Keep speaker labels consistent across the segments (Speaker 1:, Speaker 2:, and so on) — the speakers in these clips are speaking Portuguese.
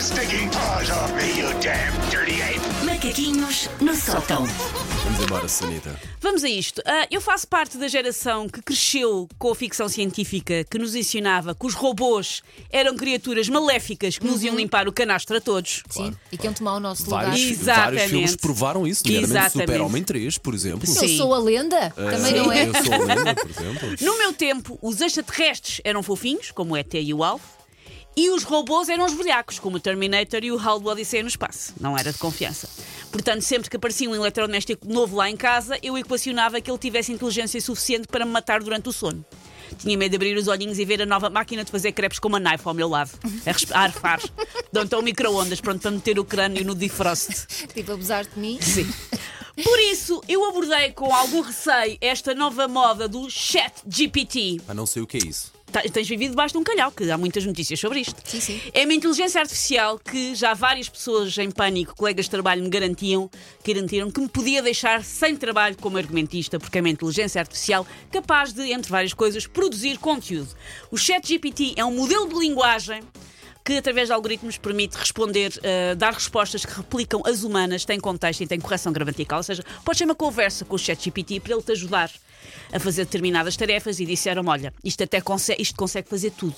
Speaker 1: stinking paws off me, you damn dirty ape!
Speaker 2: Macaquinhos no sótão.
Speaker 3: Vamos embora, Sanita.
Speaker 4: Vamos a isto. Ah, eu faço parte da geração que cresceu com a ficção científica que nos ensinava que os robôs eram criaturas maléficas que nos iam limpar o canastro a todos.
Speaker 5: Sim, e que iam tomar o nosso
Speaker 3: Vários,
Speaker 5: lugar.
Speaker 3: fi- vários
Speaker 4: Exatamente.
Speaker 3: filmes provaram isso, nomeadamente
Speaker 4: Exatamente.
Speaker 3: Super-Homem 3, por exemplo.
Speaker 4: Sim.
Speaker 5: Eu sou a
Speaker 4: Ah.
Speaker 5: lenda? Também não é?
Speaker 3: Eu sou a lenda, por exemplo.
Speaker 4: No meu tempo, os extraterrestres eram fofinhos, como o ET e o Alf, e os robôs eram os velhacos, como o Terminator e o Hal do Odisseia no Espaço. Não era de confiança. Portanto, sempre que aparecia um eletrodoméstico novo lá em casa, eu equacionava que ele tivesse inteligência suficiente para me matar durante o sono. Tinha medo de abrir os olhinhos e ver a nova máquina de fazer crepes com uma knife ao meu lado. A resp- a arfar. Dão então micro-ondas, pronto, para meter o crânio no defrost.
Speaker 5: Tipo, abusar de mim?
Speaker 4: Sim. Por isso, eu abordei com algum receio esta nova moda do chat GPT.
Speaker 3: Ah, não sei o que é isso.
Speaker 4: Ta- Tens vivido debaixo de um calhau, que há muitas notícias sobre isto.
Speaker 5: Sim, sim.
Speaker 4: É uma inteligência artificial que já várias pessoas em pânico, colegas de trabalho, me garantiam, garantiram que me podia deixar sem trabalho como argumentista, porque é uma inteligência artificial capaz de, entre várias coisas, produzir conteúdo. O ChatGPT é um modelo de linguagem que, através de algoritmos, permite responder, eh, dar respostas que replicam as humanas, têm contexto e têm correção gramatical. Ou seja, podes ter uma conversa com o ChatGPT para ele te ajudar a fazer determinadas tarefas e disseram: olha, isto até consegue, isto consegue fazer tudo.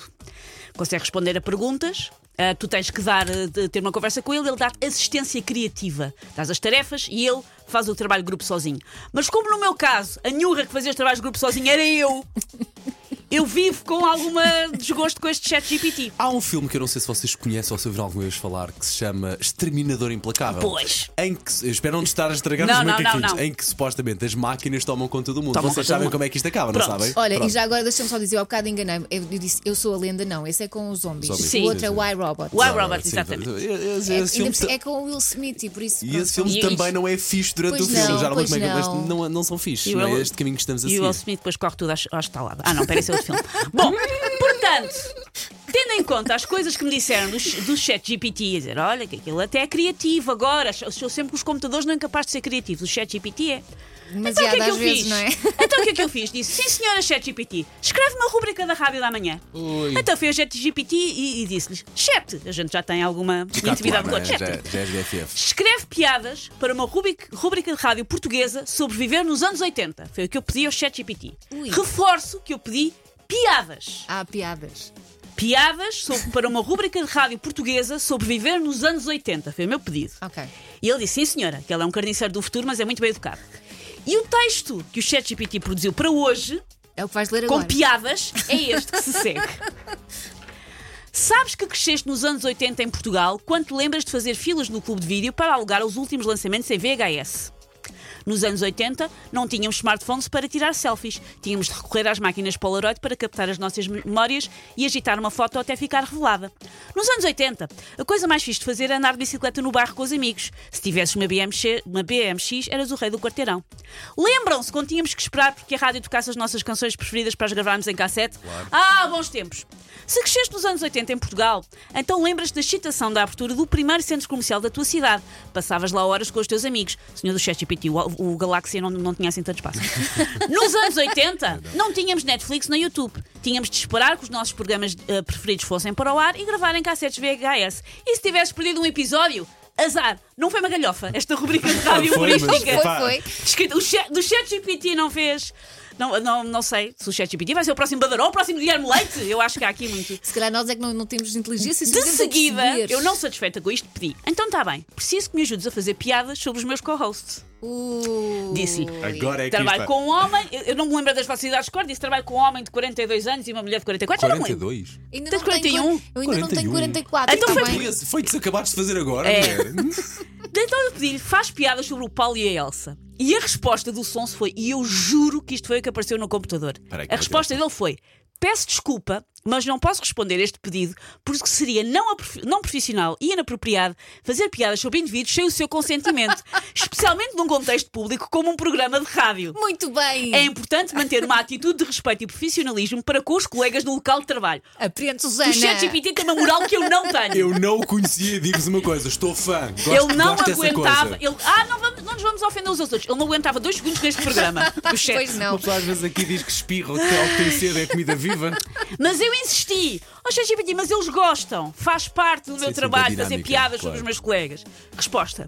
Speaker 4: Consegue responder a perguntas. ah, tu tens que dar, eh, de- ter uma conversa com ele, ele dá assistência criativa. Dás as tarefas e ele faz o trabalho de grupo sozinho. Mas como no meu caso, a nhurra que fazia os trabalhos de grupo sozinho era eu, eu vivo com alguma desgosto com este chat GPT.
Speaker 3: Há um filme que eu não sei se vocês conhecem ou se ouviram alguma vez falar que se chama Exterminador Implacável.
Speaker 4: Pois.
Speaker 3: Em que, se- eu espero não te estar a estragar
Speaker 4: Não,
Speaker 3: os
Speaker 4: não, não,
Speaker 3: macaquinhos.
Speaker 4: não.
Speaker 3: Em que supostamente as máquinas tomam conta do mundo.
Speaker 4: Tomam
Speaker 3: vocês
Speaker 4: conta do
Speaker 3: sabem
Speaker 4: mundo.
Speaker 3: como é que isto acaba, não
Speaker 4: Pronto.
Speaker 3: sabem?
Speaker 5: Olha,
Speaker 3: Pronto.
Speaker 5: e já agora deixa-me só dizer, eu há bocado enganei-me. Eu, eu disse, eu sou a lenda, não. Esse é com os zombies.
Speaker 3: Zombies.
Speaker 4: Sim.
Speaker 5: O outro é
Speaker 3: Sim,
Speaker 5: o
Speaker 3: sim.
Speaker 5: iRobot.
Speaker 4: O iRobot,
Speaker 3: Sim,
Speaker 4: Ah, exatamente.
Speaker 3: esse-
Speaker 5: É,
Speaker 3: esse filme
Speaker 5: ainda por-
Speaker 3: se-
Speaker 5: é com o Will Smith e por isso.
Speaker 3: E
Speaker 5: pronto,
Speaker 3: esse filme
Speaker 4: tá- E-
Speaker 3: também não é fixe durante
Speaker 5: Pois
Speaker 3: o filme.
Speaker 5: não,
Speaker 3: já não lembro
Speaker 5: pois
Speaker 3: como é que-
Speaker 5: não.
Speaker 3: mas não, não são fixe.
Speaker 4: E o
Speaker 3: não é
Speaker 4: Will-
Speaker 3: este caminho que estamos a
Speaker 4: E o Will
Speaker 3: seguir.
Speaker 4: Smith depois corre tudo à à estalada. Ah, não, pera, esse é outro filme. Bom, portanto, tendo em conta as coisas que me disseram do, ch- do chat GPT, a dizer, olha, que aquilo até é criativo agora, eu sou sempre que os computadores não é capaz de ser criativos, o chat GPT é. Então o que
Speaker 5: Demasiado
Speaker 4: é que eu
Speaker 5: às vezes,
Speaker 4: fiz?
Speaker 5: não é?
Speaker 4: Então o que é que eu fiz? Disse, sim senhora ChatGPT, escreve uma rubrica da rádio da manhã.
Speaker 3: Ui.
Speaker 4: Então fui ao ChatGPT e, e disse-lhes, chat, a gente já tem alguma intimidade com o
Speaker 3: né? é? já,
Speaker 4: chat.
Speaker 3: já és BFF.
Speaker 4: Escreve piadas para uma rubrica, rubrica de rádio portuguesa sobre viver nos anos 80. Foi o que eu pedi ao ChatGPT.
Speaker 5: Ui.
Speaker 4: Reforço que eu pedi piadas.
Speaker 5: Há piadas.
Speaker 4: Piadas sobre- para uma rubrica de rádio portuguesa sobre viver nos anos 80. Foi o meu pedido.
Speaker 5: Ok.
Speaker 4: E ele disse, sim senhora, que ele é um carniceiro do futuro, mas é muito bem educado. E o texto que o ChatGPT produziu para hoje
Speaker 5: É o que vais ler
Speaker 4: com
Speaker 5: agora.
Speaker 4: piadas, é este que se segue. Sabes que cresceste nos anos 80 em Portugal quando te lembras de fazer filas no clube de vídeo para alugar os últimos lançamentos em VHS. Nos anos 80, não tínhamos smartphones para tirar selfies. Tínhamos de recorrer às máquinas Polaroid para captar as nossas memórias e agitar uma foto até ficar revelada. Nos anos 80, a coisa mais fixe de fazer era andar de bicicleta no bairro com os amigos. Se tivesses uma BMX, uma BMX eras o rei do quarteirão. Lembram-se quando tínhamos que esperar porque a rádio tocasse as nossas canções preferidas para as gravarmos em cassete? Ah, bons tempos! Se cresceste nos anos 80 em Portugal, então lembras-te da excitação da abertura do primeiro centro comercial da tua cidade. Passavas lá horas com os teus amigos. Senhor do ChatGPT, o, o Galáxia não, não tinha assim tanto espaço. nos anos 80, não tínhamos Netflix nem YouTube. Tínhamos de esperar que os nossos programas eh, preferidos fossem para o ar e gravar em cassetes VHS. E se tivesses perdido um episódio, azar, não foi uma galhofa. Esta rubrica de rádio
Speaker 3: Foi, mas-
Speaker 4: humorística.
Speaker 3: Pá.
Speaker 5: Foi, foi.
Speaker 4: Escrito, o chat, do ChatGPT não fez. Não, não, não sei se o ChatGPT vai ser o próximo Badaró ou o próximo Guilherme Leite. Eu acho que há aqui muito.
Speaker 5: Se calhar nós é que não, não temos inteligência
Speaker 4: De
Speaker 5: suficiente para
Speaker 4: seguida,
Speaker 5: perceber.
Speaker 4: eu não satisfeita com isto, pedi. Então está bem, preciso que me ajudes a fazer piadas sobre os meus co-hosts.
Speaker 5: Uh,
Speaker 4: Disse-lhe.
Speaker 3: Agora é que
Speaker 4: Trabalho
Speaker 3: isto vai-
Speaker 4: com um homem, eu- eu não me lembro das vossas idades de cor, disse trabalho com um homem de 42 anos e uma mulher de 44. Já não me lembro.
Speaker 3: 42?
Speaker 5: Ainda
Speaker 4: Tens
Speaker 5: não tenho
Speaker 4: 41?
Speaker 5: quar- Eu ainda não
Speaker 3: 41.
Speaker 5: tenho 44.
Speaker 4: Então
Speaker 5: está
Speaker 4: foi-
Speaker 5: bem.
Speaker 3: Esse Foi que acabaste de fazer agora,
Speaker 4: É.
Speaker 3: mulher.
Speaker 4: Então eu pedi-lhe, faz piadas sobre o Paulo e a Elsa. E a resposta do Sonso foi, e eu juro que isto foi o que apareceu no computador.
Speaker 3: Peraí, é que
Speaker 4: a
Speaker 3: eu vou
Speaker 4: resposta dele foi: peço desculpa, mas não posso responder este pedido porque seria não, aprof- não profissional e inapropriado fazer piadas sobre indivíduos sem o seu consentimento, especialmente num contexto público como um programa de rádio.
Speaker 5: Muito bem.
Speaker 4: É importante manter uma atitude de respeito e profissionalismo para com os colegas no local de trabalho.
Speaker 5: Aprende,
Speaker 4: O
Speaker 5: Susana.
Speaker 4: ChatGPT tem uma moral que eu não tenho.
Speaker 3: Eu não o conhecia, digo-vos uma coisa, estou fã. Gosto,
Speaker 4: Ele não
Speaker 3: gosto dessa
Speaker 4: aguentava.
Speaker 3: coisa.
Speaker 4: Ele, ah, não, vamos, não nos vamos ofender uns aos outros. Ele não aguentava dois segundos neste programa. O chefe.
Speaker 5: Pois não.
Speaker 3: pessoa às vezes aqui diz que espirra, que algo tem cedo é comida viva.
Speaker 4: Mas eu insisti. Oh, ChatGPT, mas eles gostam. Faz parte do meu
Speaker 3: Sim, sim, da
Speaker 4: trabalho fazer
Speaker 3: dinâmica,
Speaker 4: piadas sobre
Speaker 3: claro.
Speaker 4: os meus colegas. Resposta.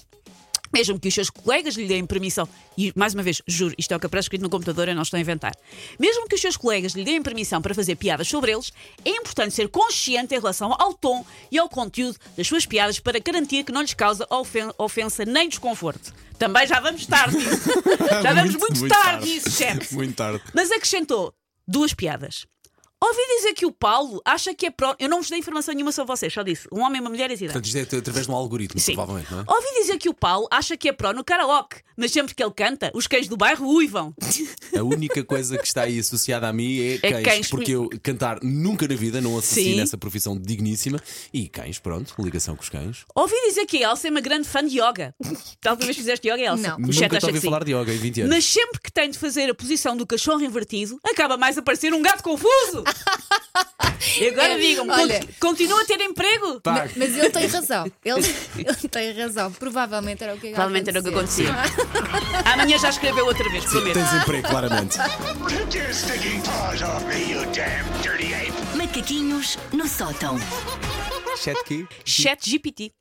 Speaker 4: Mesmo que os seus colegas lhe deem permissão, e mais uma vez, juro, isto é o que aparece escrito no computador, eu não estou a inventar. Mesmo que os seus colegas lhe deem permissão para fazer piadas sobre eles, é importante ser consciente em relação ao tom e ao conteúdo das suas piadas para garantir que não lhes causa ofen- ofensa nem desconforto. Também já vamos tarde nisso. já vamos muito, tarde nisso, chefe.
Speaker 3: Muito tarde.
Speaker 4: Mas acrescentou duas piadas. Ouvi dizer que o Paulo acha que é pró. Eu não vos dei informação nenhuma sobre vocês, só disse um homem, uma mulher e as idades.
Speaker 3: Portanto, isto é através de um algoritmo,
Speaker 4: Sim.
Speaker 3: provavelmente, não é?
Speaker 4: Ouvi dizer que o Paulo acha que é pró no karaoke, mas sempre que ele canta, os cães do bairro uivam.
Speaker 3: A única coisa que está aí associada a mim é,
Speaker 4: É
Speaker 3: cães,
Speaker 4: cães.
Speaker 3: porque eu cantar nunca na vida não
Speaker 4: Sim.
Speaker 3: associo essa profissão digníssima. E cães, pronto, ligação com os cães.
Speaker 4: Ouvi dizer que a Elsa é uma grande fã de yoga. Talvez fizeste yoga, Elsa.
Speaker 5: Não.
Speaker 4: O chat
Speaker 3: nunca te
Speaker 4: acha
Speaker 3: ouvi
Speaker 4: que sim.
Speaker 3: falar de yoga em 20 anos.
Speaker 4: Mas sempre que tem de fazer a posição do cachorro invertido, acaba mais a parecer um gato confuso. e agora
Speaker 5: É,
Speaker 4: digam-me,
Speaker 5: olha-
Speaker 4: con- continua a ter emprego?
Speaker 3: Pá,
Speaker 5: Mas ele tem razão. Ele, ele tem razão. Provavelmente era o que
Speaker 4: Provavelmente era o que
Speaker 5: aconteceu.
Speaker 4: acontecia. Amanhã já escreveu outra vez, prometo.
Speaker 3: Tens emprego, claramente.
Speaker 1: Take your stinking paws off me, you damn dirty ape!
Speaker 2: Macaquinhos no sótão.
Speaker 3: Chat que
Speaker 4: Chat GPT.